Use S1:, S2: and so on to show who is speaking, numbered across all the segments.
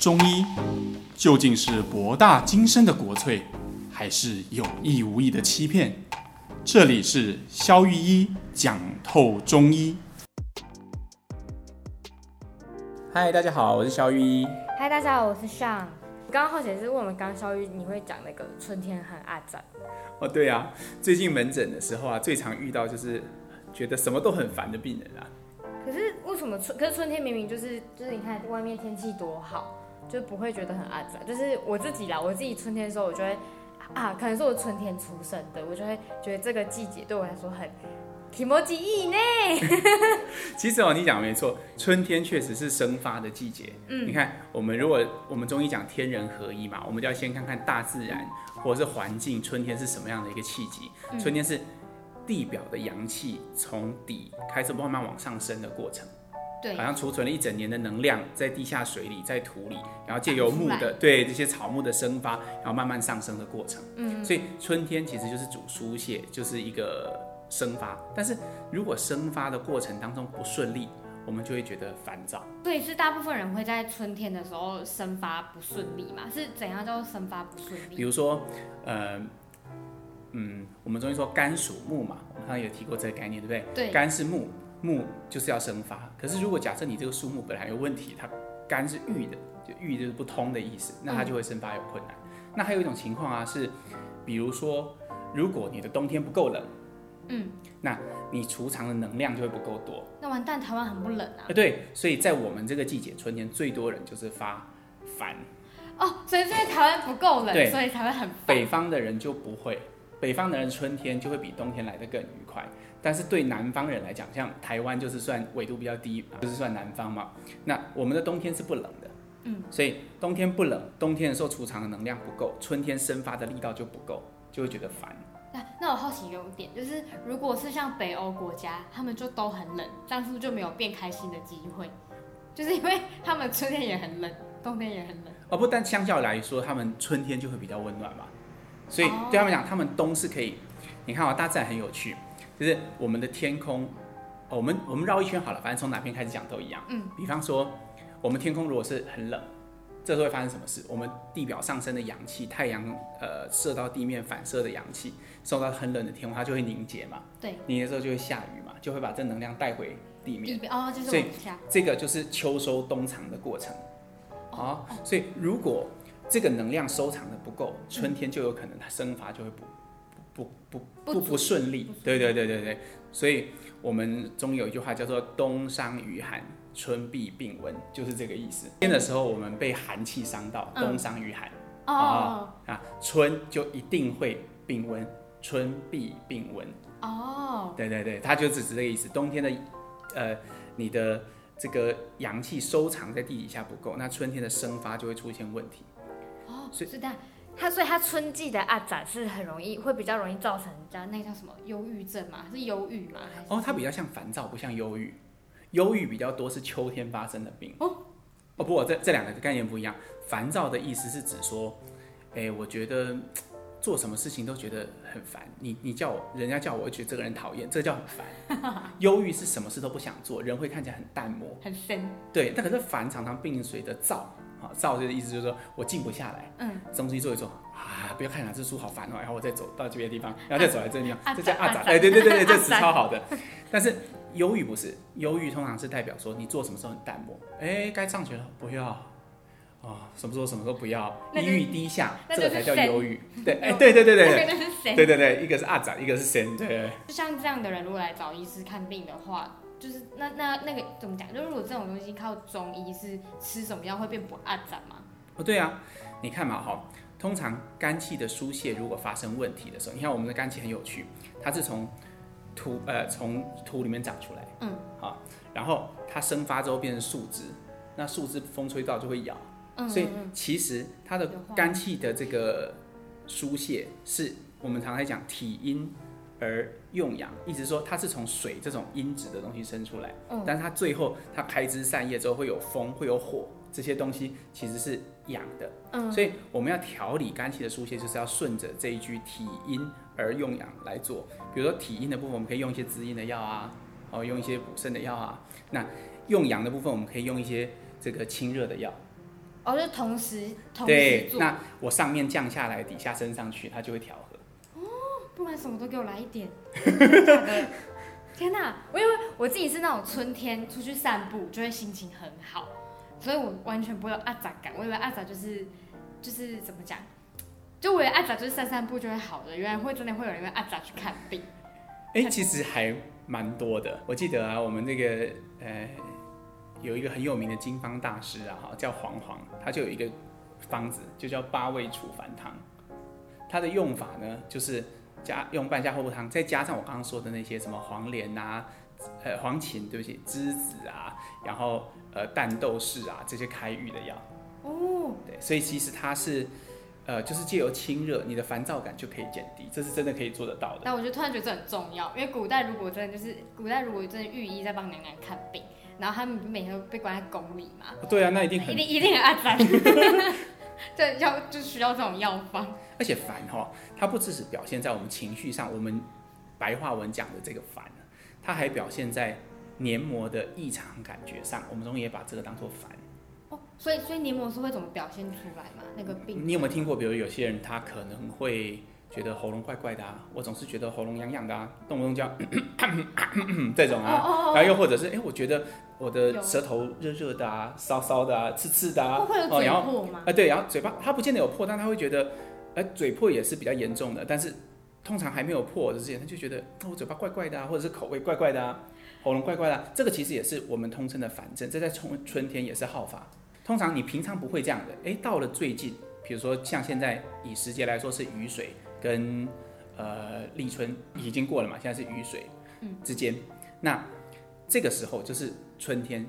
S1: 中医究竟是博大精深的国粹，还是有意无意的欺骗？这里是肖玉一讲透中医。嗨，大家好，我是肖玉一。
S2: 嗨，大家好，我是尚。刚刚好奇是问我们刚肖玉，你会讲那个春天和阿展，
S1: 哦，对啊，最近门诊的时候啊，最常遇到就是觉得什么都很烦的病人啊。
S2: 可是为什么春？可是春天明明就是就是你看外面天气多好，就不会觉得很阿展。就是我自己啦，我自己春天的时候，我就会啊，可能是我春天出生的，我就会觉得这个季节对我来说很。提莫记忆呢？
S1: 其实哦，你讲得没错，春天确实是生发的季节。嗯，你看，我们如果我们中医讲天人合一嘛，我们就要先看看大自然或者是环境，春天是什么样的一个气机。春天是地表的阳气从底开始慢慢往上升的过程，
S2: 对
S1: 好像储存了一整年的能量在地下水里、在土里，然后借由
S2: 长出
S1: 木
S2: 来
S1: 的对这些草木的生发，然后慢慢上升的过程。嗯，所以春天其实就是主疏泄，就是一个生发。但是如果生发的过程当中不顺利，我们就会觉得烦躁。
S2: 所以是大部分人会在春天的时候生发不顺利嘛？是怎样叫做生发不顺
S1: 比？如说，呃，嗯，我们中医说肝属木嘛，我们刚刚有提过这个概念，对不对？
S2: 对
S1: 肝是木，木就是要生发。可是如果假设你这个树木本来有问题，它肝是郁的，就郁就是不通的意思，那
S2: 嗯
S1: 它就会生发有困难。那还有一种情况啊，是比如说，如果你的冬天不够冷，
S2: 嗯，
S1: 那你储藏的能量就会不够多。
S2: 那完蛋，台湾很不冷啊
S1: 啊，。对，所以在我们这个季节，春天最多人就是发烦，
S2: 哦，所以是因为台湾不够
S1: 对
S2: 冷，所以才会很
S1: 北
S2: 北。
S1: 方的人就不会，北方的人春天就会比冬天来得更愉快。但是对南方人来讲，像台湾就是算纬度比较低嘛，就是算南方嘛。那我们的冬天是不冷的，嗯，所以冬天不冷，冬天的时候储藏的能量不够，春天生发的力道就不够，就会觉得烦。
S2: 那那我好奇有一点，就是如果是像北欧国家，他们就都很冷，这样是不是就没有变开心的机会？就是因为他们春天也很冷，冬天也很冷。
S1: 哦不，但相较来说，他们春天就会比较温暖嘛，所以
S2: 哦
S1: 对他们讲，他们冬是可以。你看啊、大自然很有趣，就是我们的天空，哦、我们我们绕一圈好了，反正从哪边开始讲都一样。
S2: 嗯，
S1: 比方说，我们天空如果是很冷，这时候会发生什么事？我们地表上升的阳气，太阳呃射到地面反射的阳气，受到很冷的天空，它就会凝结嘛，
S2: 对，
S1: 凝结之后就会下雨嘛，就会把这能量带回地面
S2: 地。边哦，就是
S1: 所以
S2: 往下。
S1: 这个就是秋收冬藏的过程。啊、所以如果这个能量收藏的不够，春天就有可能它生发就会不不不
S2: 不
S1: 不
S2: 足
S1: 不顺利
S2: 不足。
S1: 对对对对对，所以我们中医有一句话叫做“冬伤雨寒，春必病温”，就是这个意思。天的时候我们被寒气伤到，
S2: 嗯
S1: 冬伤雨寒。
S2: 哦
S1: 啊啊，春就一定会病温，春必病温。
S2: 哦，
S1: 对对对，它就只是这个意思。冬天的，呃，你的这个阳气收藏在地底下不够，那春天的生发就会出现问题。
S2: 哦，
S1: 所
S2: 所以
S1: 以
S2: 它它所以它春季的阿展是很容易会比较容易造成人家那个叫什么忧郁症嘛，是忧郁嘛？还是
S1: 哦，它比较像烦躁，不像忧郁。忧郁比较多是秋天发生的病。
S2: 哦，
S1: 哦不，这这两个概念不一样。烦躁的意思是指说，哎，我觉得嘖做什么事情都觉得很烦。你你叫我，人家叫我，我觉得这个人讨厌，这叫很烦。忧郁是什么事都不想做，人会看起来很淡漠。
S2: 很深，
S1: 对，但可是烦常常伴随着躁啊，躁就是意思就是说我静不下来，
S2: 嗯，
S1: 东西做一做啊，不要看了，这书好烦哦，然后我再走到这边地方，然后再走来这个地方，
S2: 啊
S1: 这叫
S2: 啊
S1: 阿杂，
S2: 啊
S1: 哎，对对
S2: 啊
S1: 对对，这词
S2: 啊
S1: 超好的。但是忧郁不是，忧郁通常是代表说你做什么时候很淡漠，哎，该上学了不要。啊，什么时候什么时候不要，
S2: 那
S1: 一
S2: 就是
S1: 郁低下，
S2: 那
S1: 这个
S2: 就
S1: 才
S2: 是
S1: 叫
S2: 神哦
S1: 忧郁。对，哎，对对 对
S2: 那
S1: 对对
S2: 个就是深。
S1: 对对对，一个是阿杂，一个是神，对对对。
S2: 就像这样的人，如果来找医师看病的话，就是那那那个怎么讲？就如果这种东西靠中医是吃什么药会变不按展吗？
S1: 哦，对啊，你看嘛，哈，通常肝气的疏泄如果发生问题的时候，你看我们的肝气很有趣，它是从土呃从土里面长出来，
S2: 嗯，
S1: 啊，然后它生发之后变成树枝，那树枝风吹到就会咬，
S2: 嗯，
S1: 所以
S2: 嗯嗯
S1: 其实它的
S2: 有画面
S1: 肝气的这个疏泄是我们常在讲体阴而用阳，意思是说它是从水这种阴质的东西生出来。
S2: 嗯
S1: 但是它最后它开枝散叶之后会有风，会有火，这些东西其实是养的。
S2: 嗯，
S1: 所以我们要调理肝气的疏泄，就是要顺着这一句体阴而用阳来做。比如说体阴的部分，我们可以用一些滋阴的药啊，哦，用一些补肾的药啊。那用阳的部分，我们可以用一些这个清热的药。
S2: 哦，就是同时同时
S1: 对，
S2: 做，
S1: 那我上面降下来，底下升上去，它就会调和。
S2: 不然什么都给我来一点，真的假的？ 天哪、我因为我自己是那种春天出去散步就会心情很好，所以我完全不会有阿杂感。我以为阿杂就是就是怎么讲，就我以为阿杂就是散散步就会好的，原来会真的会有人因为阿杂去看病。
S1: 哎、
S2: 看
S1: 其实还蛮多的。我记得啊，我们这个呃，有一个很有名的经方大师啊，哈，叫黄黄，他就有一个方子，就叫八味处凡汤。它的用法呢，就是加用半夏厚朴汤，再加上我刚刚说的那些什么黄连啊、呃黄芩，对不起，栀子啊，然后呃淡豆豉啊这些开郁的药。
S2: 哦，
S1: 对，所以其实它是。呃，就是借由清热，你的烦躁感就可以减低，这是真的可以做得到的。
S2: 但我就突然觉得这很重要，因为古代如果真的就是古代如果真的御医在帮娘娘看病，然后他们每天都被关在宫里嘛，
S1: 对啊，那一定
S2: 一
S1: 很
S2: 定一定很阿杂。 对，要就需要这种药方。
S1: 而且烦哈、它不只是表现在我们情绪上，我们白话文讲的这个烦，啊它还表现在黏膜的异常感觉上。我们中医也把这个当做烦。
S2: 哦，所以所以黏膜是会怎么表现出来嘛？那个病，
S1: 你有没有听过，比如有些人他可能会觉得喉咙怪怪的啊，我总是觉得喉咙痒痒的啊，动不动就要这种啊，
S2: 哦哦
S1: 然后又或者是哎、诶我觉得我的
S2: 有
S1: 舌头热热的啊，烧烧的啊，刺刺的啊，
S2: 哦，会有
S1: 哦，
S2: 嘴
S1: 然后
S2: 破吗
S1: 啊、？对，然后嘴巴他不见得有破，但他会觉得，呃，嘴破也是比较严重的，但是通常还没有破之前，他就觉得，哦，我嘴巴怪怪的啊，或者是口味怪怪的啊，喉咙怪怪的、啊，这个其实也是我们通称的反症，这在春春天也是好发。通常你平常不会这样的，诶，到了最近，比如说像现在以时节来说是雨水跟呃立春已经过了嘛，现在是雨水
S2: 嗯。
S1: 之间，那这个时候就是春天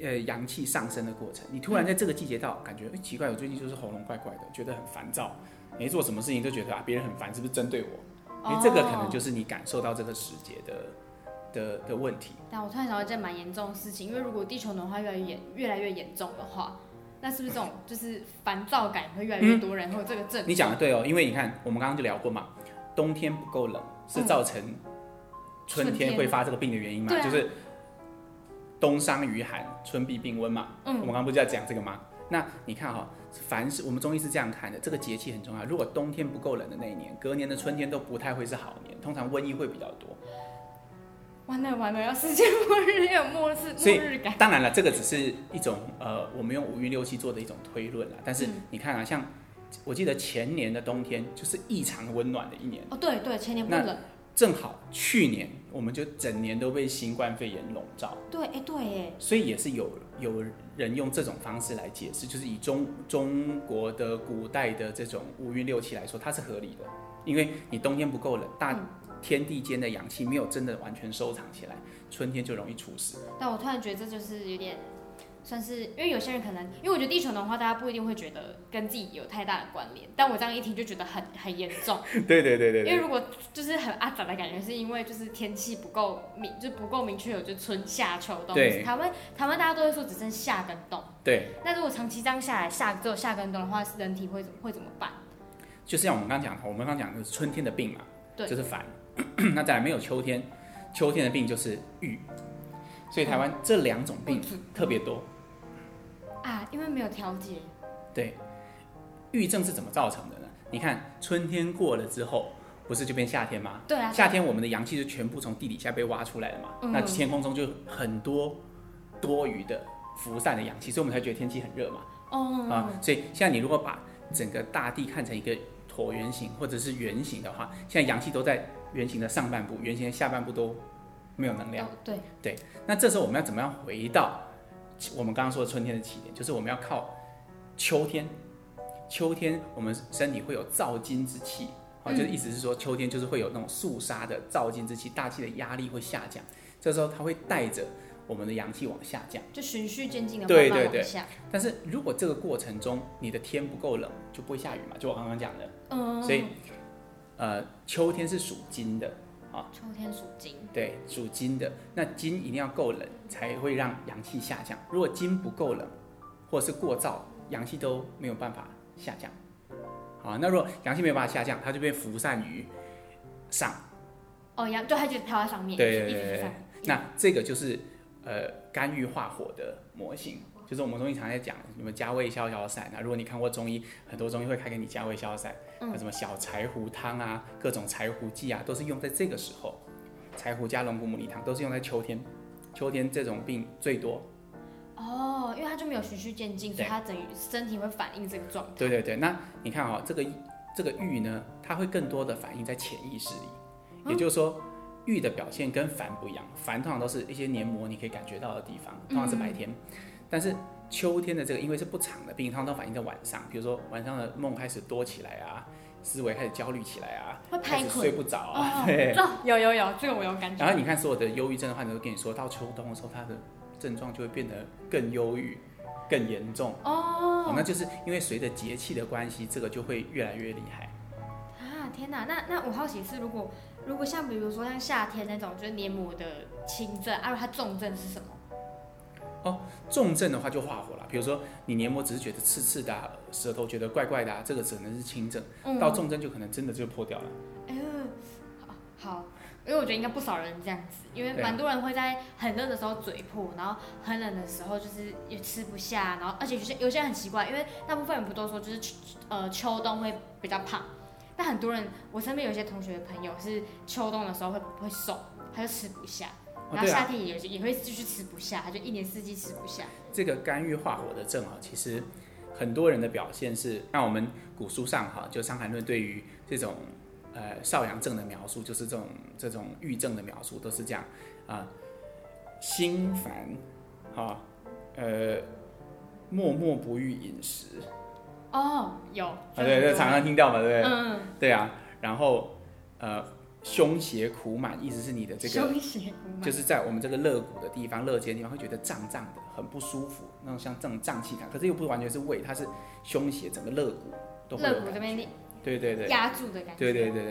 S1: 呃阳气上升的过程。你突然在这个季节到，感觉、诶奇怪，我最近就是喉咙怪怪的，觉得很烦躁，没做什么事情就觉得啊别人很烦，是不是针对我？因为这个可能就是是你感受到这个时节的的的问题。
S2: 但我突然想到一件蛮严重的事情，因为如果地球暖化越来越严越来越严重的话，那是不是这种就是烦躁感会越来越多人会有这个症？
S1: 嗯你讲的对哦，因为你看我们刚刚就聊过嘛，冬天不够冷是造成春
S2: 嗯春
S1: 天
S2: 天
S1: 会发这个病的原因嘛，
S2: 对啊
S1: 就是冬伤雨寒，春必病温嘛。我
S2: 嗯
S1: 们刚刚不是在讲这个吗？那你看哈、凡是我们中医是这样看的，这个节气很重要。如果冬天不够冷的那一年，隔年的春天都不太会是好年，通常瘟疫会比较多。
S2: 完了完了，要世界 末日，要有末日
S1: 所以
S2: 末日感。
S1: 当然了，这个只是一种呃，我们用五运六气做的一种推论啦。但是
S2: 嗯
S1: 你看啊，像我记得前年的冬天就是异常温暖的一年。
S2: 哦，对对，前年不
S1: 那
S2: 冷，
S1: 正好去年我们就整年都被新冠肺炎笼罩，
S2: 对，哎对耶，
S1: 所以也是有有人用这种方式来解释，就是以中中国的古代的这种五运六气来说，它是合理的，因为你冬天不够冷，大
S2: 嗯
S1: 天地间的阳气没有真的完全收藏起来，春天就容易出事。
S2: 但我突然觉得这就是有点，算是因为有些人可能，因为我觉得地球暖化，大家不一定会觉得跟自己有太大的关联，但我这样一听就觉得很很严重，
S1: 对对对对
S2: 因为如果就是很阿杂的感觉，是因为就是天气不够明，就不够明确有就春夏秋冬。
S1: 对
S2: 台湾台湾大家都会说只剩夏跟冬，
S1: 对，
S2: 那如果长期这样下来，夏只有夏跟冬的话，人体会怎会怎么办？
S1: 就像我们刚讲的，我们刚讲的是春天的病嘛，
S2: 对
S1: 就是烦。 那再来没有秋天，秋天的病就是郁，所以台湾这两种病
S2: 嗯
S1: 特别多。
S2: 啊，因为没有调节，
S1: 对，郁症是怎么造成的呢？你看，春天过了之后，不是就变夏天吗？
S2: 对啊，
S1: 夏天我们的阳气就全部从地底下被挖出来了嘛，
S2: 嗯
S1: 那天空中就很多多余的浮散的氧气，所以我们才觉得天气很热嘛。
S2: 哦，
S1: 啊，所以现在你如果把整个大地看成一个椭圆形或者是圆形的话，现在阳气都在圆形的上半部，圆形的下半部都没有能量
S2: 哦。对，
S1: 那这时候我们要怎么样回到我们刚刚说的春天的起点？就是我们要靠秋天，秋天我们身体会有燥金之气，哦，
S2: 嗯
S1: 就是意思是说秋天就是会有那种肃杀的燥金之气，大气的压力会下降，这时候它会带着我们的阳气往下降。
S2: 就循序渐进的
S1: 对
S2: 慢慢
S1: 对
S2: 往
S1: 对
S2: 下，
S1: 但是如果这个过程中你的天不够冷，就不会下雨嘛，就我刚刚讲的，
S2: 嗯，
S1: 所以呃，秋天是属金的，
S2: 秋天属金，
S1: 对，属金的，那金一定要够冷，才会让阳气下降。如果金不够冷，或是过燥，阳气都没有办法下降。好，那如果阳气没有办法下降，它就变浮散于上。
S2: 哦，阳就还觉得飘在上面，
S1: 对对
S2: 一直
S1: 对
S2: 上
S1: 那这个就是呃干预化火的模型，就是我们中医常在讲什么加味逍遥散啊。如果你看过中医，很多中医会开给你加味逍遥散，那什么小柴胡汤啊，各种柴胡剂啊，都是用在这个时候。柴胡加龙骨母梨汤都是用在秋天，秋天这种病最多。
S2: 哦，因为它就没有循序渐进，所以它等于身体会反应这个状态。
S1: 对对对，那你看哦，这个这个欲呢，它会更多的反映在潜意识里，也就是说，欲的表现跟烦不一样，烦通常都是一些黏膜你可以感觉到的地方，通常是白天，但是秋天的这个因为是不长的病，通常都反映在晚上，比如说晚上的梦开始多起来啊，思维开始焦虑起来啊，
S2: 会
S1: 开
S2: 拍
S1: 始
S2: 捆
S1: 睡不着啊，
S2: 哦，
S1: 对。
S2: 这有有有，这个我有感觉。
S1: 然后你看所有的忧郁症的患者都跟你说，到秋冬的时候，他的症状就会变得更忧郁、更严重。哦，那就是因为随着节气的关系，这个就会越来越厉害。
S2: 啊，天哪！那那我好奇是，如果如果像比如说像夏天那种，就是黏膜的轻症，啊，它重症是什么？
S1: 重症的话就化火了，比如说你黏膜只是觉得刺刺的啊、舌头觉得怪怪的、啊，这个只能是轻症。
S2: 嗯
S1: 到重症就可能真的就破掉了。
S2: 哎呦，好，好因为我觉得应该不少人这样子，因为
S1: 对啊
S2: 蛮多人会在很热的时候嘴破，然后很冷的时候就是也吃不下，然后而且有些有些人很奇怪，因为大部分人不都说就是秋呃秋冬会比较胖，但很多人我身边有一些同学朋友是秋冬的时候会会瘦，他就吃不下。
S1: 哦，
S2: 然后
S1: 对
S2: 夏
S1: 啊，
S2: 天也有些也会继续吃不下，他就一年四季吃不下。
S1: 这个肝郁化火的症啊，其实很多人的表现是，那我们古书上哈、就《伤寒论》对于这种呃少阳症的描述，就是这种这种郁症的描述，都是这样啊、心烦，啊，呃，默默不欲饮食
S2: 哦，有，啊
S1: 啊，对对，常常听到嘛，对不对？
S2: 嗯，
S1: 对啊，然后呃，胸胁苦满，意思是你的这个
S2: 胸胁骨满，
S1: 就是在我们这个肋骨的地方、肋间的地方会觉得胀胀的，很不舒服，那种像这种胀气感。可是又不完全是胃，它是胸胁，整个肋骨都会有
S2: 肋骨
S1: 感
S2: 这边
S1: 对对对，
S2: 压住的感觉。
S1: 对对对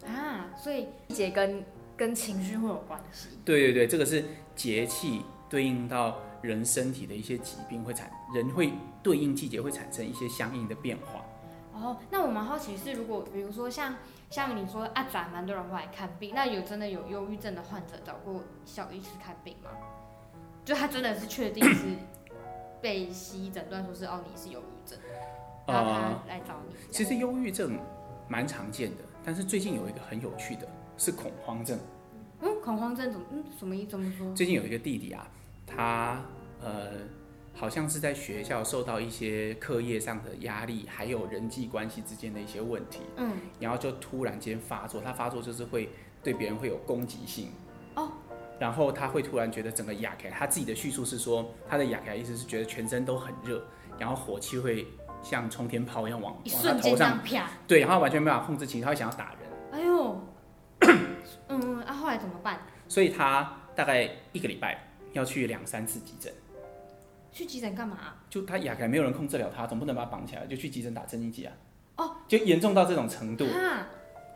S1: 对
S2: 啊，所以节跟跟情绪会有关系。
S1: 对对对，这个是节气对应到人身体的一些疾病会产，人会对应季节会产生一些相应的变化。
S2: 哦，那我蛮好奇是，如果比如说像像你说阿展，蛮多人会来看病，那有真的有忧郁症的患者找过小医师看病吗？就他真的是确定是被西医诊断说是哦你是忧郁症，然后
S1: 呃，
S2: 他来找你这
S1: 其
S2: 样。
S1: 实忧郁症蛮常见的，但是最近有一个很有趣的是恐慌症。
S2: 嗯，恐慌症怎么嗯什么意怎么说？
S1: 最近有一个弟弟啊，他呃，好像是在学校受到一些课业上的压力，还有人际关系之间的一些问题，
S2: 嗯，
S1: 然后就突然间发作。他发作就是会对别人会有攻击性
S2: 哦，
S1: 然后他会突然觉得整个哑开。他自己的叙述是说，他的哑开意思是觉得全身都很热，然后火气会像冲天炮一样往
S2: 一
S1: 往他
S2: 瞬间
S1: 头
S2: 这
S1: 上，
S2: 样啪，
S1: 对，然后完全没办法控制情绪，他会想要打人。
S2: 哎呦， 嗯，啊，后来怎么办？
S1: 所以他大概一个礼拜要去两三次急诊。
S2: 去急诊干嘛、
S1: 就他哑开，没有人控制了他，总不能把他绑起来，就去急诊打镇静剂啊。
S2: 哦，
S1: 就严重到这种程度，
S2: 哈，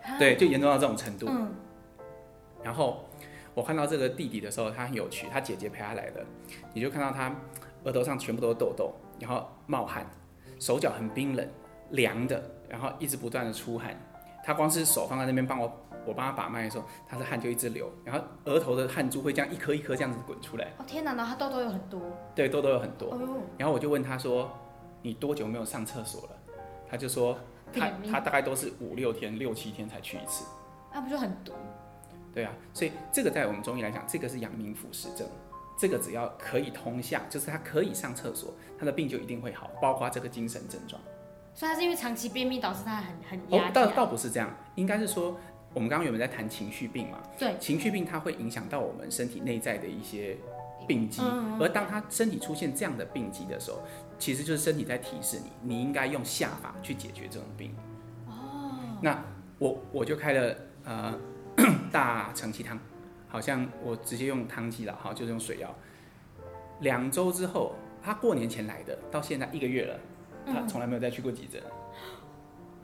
S2: 哈，
S1: 对，就严重到这种程度。
S2: 嗯，
S1: 然后我看到这个弟弟的时候，他很有趣，他姐姐陪他来的，你就看到他额头上全部都是痘痘，然后冒汗，手脚很冰冷，凉的，然后一直不断的出汗。他光是手放在那边帮我，我帮他把脉的时候，他的汗就一直流，然后额头的汗珠会这样一颗一颗这样子滚出来，
S2: 哦天哪，然后他痘痘有很多，
S1: 对，痘痘有很多。
S2: 哦呦，
S1: 然后我就问他说：“你多久没有上厕所了？”他就说他
S2: 便秘
S1: 他大概都是五六天、六七天才去一次。
S2: 那不就很毒？
S1: 对啊，所以这个在我们中医来讲，这个是阳明腐蚀症，这个只要可以通下，就是他可以上厕所，他的病就一定会好，包括这个精神症状。
S2: 所以他是因为长期便秘导致他很很
S1: 哦
S2: 压，力、
S1: 倒
S2: 啊
S1: 倒不是这样，应该是说我们刚刚原本在谈情绪病嘛，
S2: 对，
S1: 情绪病它会影响到我们身体内在的一些病机，
S2: 嗯
S1: 而当他身体出现这样的病机的时候，其实就是身体在提示你，你应该用下法去解决这种病。哦，那我我就开了呃大承气汤，好像我直接用汤剂了，哈，就是用水药。两周之后，他过年前来的，到现在一个月了，他从来没有再去过急诊。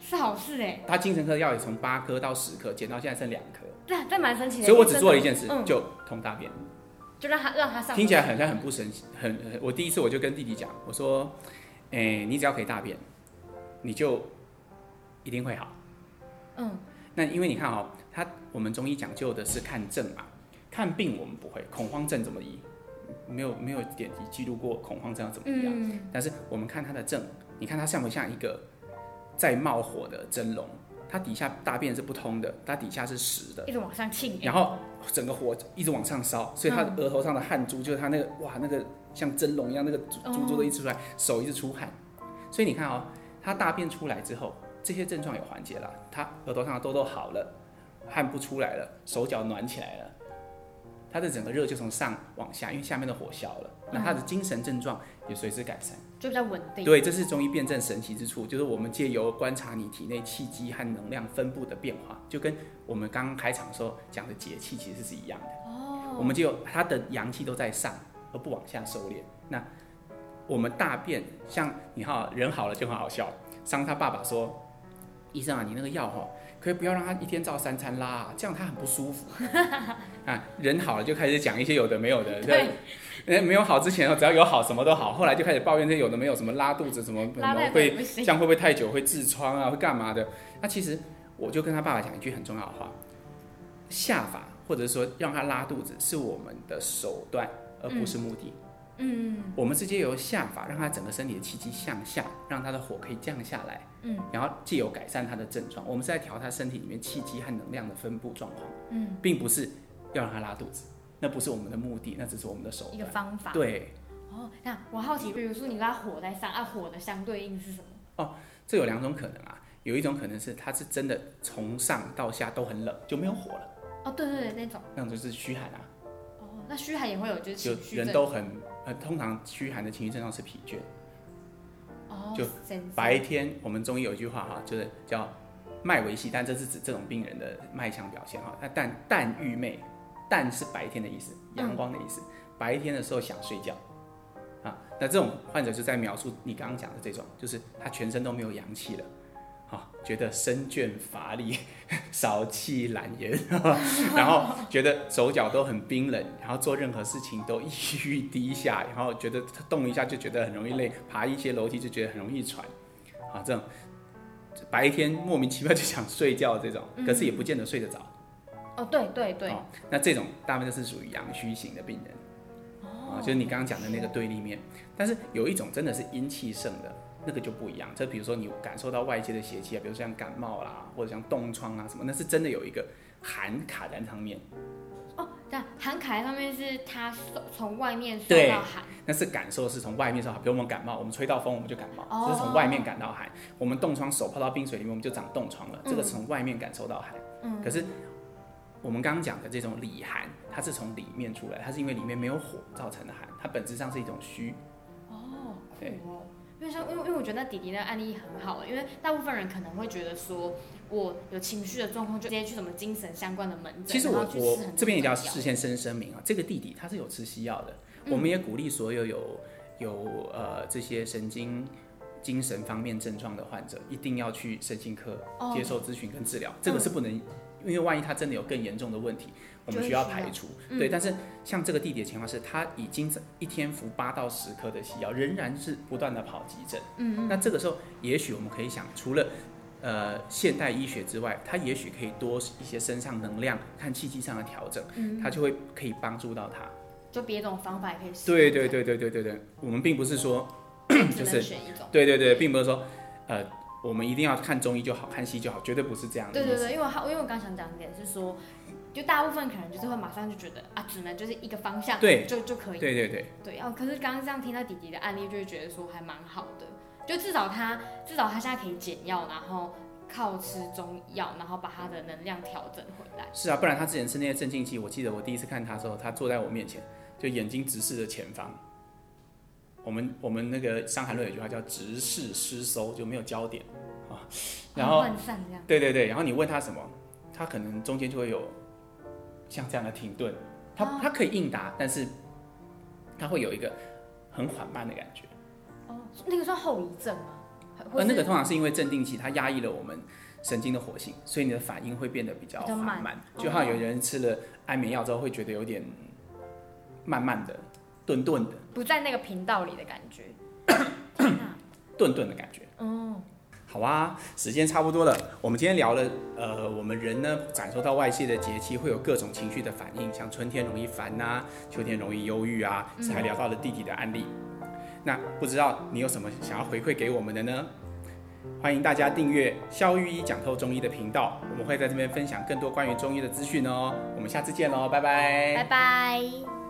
S2: 是好事哎、
S1: 他精神科的药也从八颗到十颗，减到现在剩两颗，
S2: 这这啊蛮神奇的。
S1: 所以我只做了一件事，
S2: 嗯
S1: 就通大便。
S2: 就让他让他上，
S1: 听起来很像很不神奇，很很我第一次我就跟弟弟讲，我说，哎、你只要可以大便，你就一定会好。
S2: 嗯，
S1: 那因为你看哦，他我们中医讲究的是看症嘛，看病我们不会，恐慌症怎么医？没有没有典籍记录过恐慌症要怎么样，
S2: 嗯，
S1: 但是我们看它的症，你看它像不像一个在冒火的蒸笼？它底下大便是不通的，它底下是实的，
S2: 一直往上沁，
S1: 然后整个火一直往上烧，所以他额头上的汗珠就是他那个哇，那个像蒸笼一样那个珠
S2: 哦
S1: 珠珠都一直出来，手一直出汗。所以你看哦，他大便出来之后，这些症状有缓解了，他额头上的痘痘好了，汗不出来了，手脚暖起来了，他的整个热就从上往下，因为下面的火消了，那他的精神症状也随之改善。
S2: 就比较稳定。
S1: 对，这是中医辩证神奇之处，就是我们借由观察你体内气机和能量分布的变化，就跟我们刚刚开场的时候讲的节气其实是一样的。
S2: 哦，
S1: 我们就有它的阳气都在上，而不往下收敛。那我们大便，像你哈人好了就很好笑，伤他爸爸说，医生啊，你那个药哈，可以不要让他一天照三餐拉、啊，这样他很不舒服 啊。人好了就开始讲一些有的没有的，
S2: 对，
S1: 哎，没有好之前哦，只要有好什么都好，后来就开始抱怨这些有的没有什么拉肚子，什么什
S2: 拉
S1: 么
S2: 太哎
S1: 会
S2: 久不行
S1: 这。样会不会太久会痔疮啊，会干嘛的？那其实我就跟他爸爸讲一句很重要的话：下法或者说让他拉肚子是我们的手段，而不是目的。
S2: 嗯
S1: 我们是借由下法让他整个身体的气机向下，让他的火可以降下来，
S2: 嗯，
S1: 然后借由改善他的症状。我们是在调他身体里面气机和能量的分布状况，
S2: 嗯，
S1: 并不是要让他拉肚子，那不是我们的目的，那只是我们的手
S2: 一个
S1: 段。
S2: 方法。。
S1: 对，
S2: 哦，那我好奇，比如说你拉火在上，啊，火的相对应是什么？
S1: 这有两种可能啊，有一种可能是他是真的从上到下都很冷，就没有火了，
S2: 哦，对对对，那种。
S1: 那种就是虚寒啊，
S2: 哦，那虚寒也会有，就是
S1: 就
S2: 情绪
S1: 人
S2: 症
S1: 都很呃，通常虚寒的情绪症状是疲倦。
S2: 哦，
S1: 就
S2: 神经
S1: 白天我们中医有一句话哈，就是叫脉为细，但这是指这种病人的脉象表现哈。那但但欲寐，但是白天的意思，阳光的意思，白天的时候想睡觉啊。那这种患者就在描述你刚刚讲的这种，就是他全身都没有阳气了。啊，觉得身倦乏力， 少气懒言， 然后觉得手脚都很冰冷，然后做任何事情都意欲低下，然后觉得动一下就觉得很容易累，爬一些楼梯就觉得很容易喘，啊，这种白天莫名其妙就想睡觉这种，可是也不见得睡得着。
S2: 哦，对对对，
S1: 哦，那这种大部分就是属于阳虚型的病人。啊，就是你刚刚讲的那个对立面。但是有一种真的是阴气盛的，那个就不一样。这比如说你感受到外界的邪气啊，比如像感冒啦，或者像冻疮啊什么，那是真的有一个寒卡在上面，
S2: 哦，但寒卡上面是它受从外面受
S1: 对
S2: 到寒，
S1: 那是感受是从外面上，比如我们感冒，我们吹到风我们就感冒，
S2: 哦
S1: 这是从外面感到寒。我们冻疮手泡到冰水里面我们就长冻疮了，这个是从外面感受到寒。
S2: 嗯
S1: 可是我们刚刚讲的这种里寒，它是从里面出来，它是因为里面没有火造成的寒，它本质上是一种虚。
S2: 哦，酷
S1: 对
S2: 哦。因为像，因为因为我觉得那弟弟那个案例很好，因为大部分人可能会觉得说，我有情绪的状况就直接去什么精神相关的门诊，
S1: 其实
S2: 然
S1: 我
S2: 后去
S1: 我
S2: 吃很
S1: 这边也
S2: 多
S1: 要
S2: 种药嗯
S1: 事先声声明啊，这个弟弟他是有吃西药的，我们也鼓励所有有有呃这些神经。精神方面症状的患者一定要去身心科
S2: 哦嗯
S1: 接受咨询跟治疗，这个是不能，因为万一他真的有更严重的问题，我们需要排除。
S2: 嗯
S1: 对，但是像这个弟弟的情况是，他已经一天服八到十颗的西药，仍然是不断的跑急诊。
S2: 嗯
S1: 那这个时候，也许我们可以想，除了呃现代医学之外，它也许可以多一些身上能量、看气机上的调整，
S2: 嗯
S1: 它就会可以帮助到他。
S2: 就别种方法也可以试。
S1: 对对，对对对对对，我们并不是说，
S2: 只
S1: 就
S2: 能
S1: 是
S2: 选一种。
S1: 对对对，并不是说，呃，我们一定要看中医就好，看西医就好，绝对不是这样的
S2: 对
S1: 意
S2: 对
S1: 思。
S2: 对，因为我好，因为我刚想讲一点是说，就大部分可能就是会马上就觉得啊，只能就是一个方向，
S1: 对
S2: 就就可以，
S1: 对对对，
S2: 对哦。可是刚刚这样听到弟弟的案例，就会觉得说还蛮好的，就至少他至少他现在可以减药，然后靠吃中药，然后把他的能量调整回来。
S1: 是啊，不然他之前吃那些镇静剂，我记得我第一次看他的时候，他坐在我面前，就眼睛直视着前方。我们我们那个《伤寒论》有句话叫“直视失收”，就没有焦点啊。然后
S2: 涣散这样，
S1: 对对对，然后你问他什么，他可能中间就会有像这样的停顿，他、
S2: 啊
S1: 他可以应答，但是他会有一个很缓慢的感觉。
S2: 哦，那个算后遗症吗？或
S1: 而
S2: 是
S1: 呃那个通常是因为镇定剂它压抑了我们神经的活性，所以你的反应会变得比较
S2: 比较
S1: 缓
S2: 慢
S1: 就好像有人吃了安眠药之后会觉得有点慢慢的、顿顿的、
S2: 不在那个频道里的感觉。天哪，
S1: 顿顿的感觉。
S2: 嗯，
S1: 好啊，时间差不多了。我们今天聊了，呃，我们人呢感受到外界的节气会有各种情绪的反应，像春天容易烦呐、秋天容易忧郁啊，还聊到了弟弟的案例。那不知道你有什么想要回馈给我们的呢？欢迎大家订阅“肖玉一讲透中医”的频道，我们会在这边分享更多关于中医的资讯哦。我们下次见喽，拜拜
S2: 拜拜。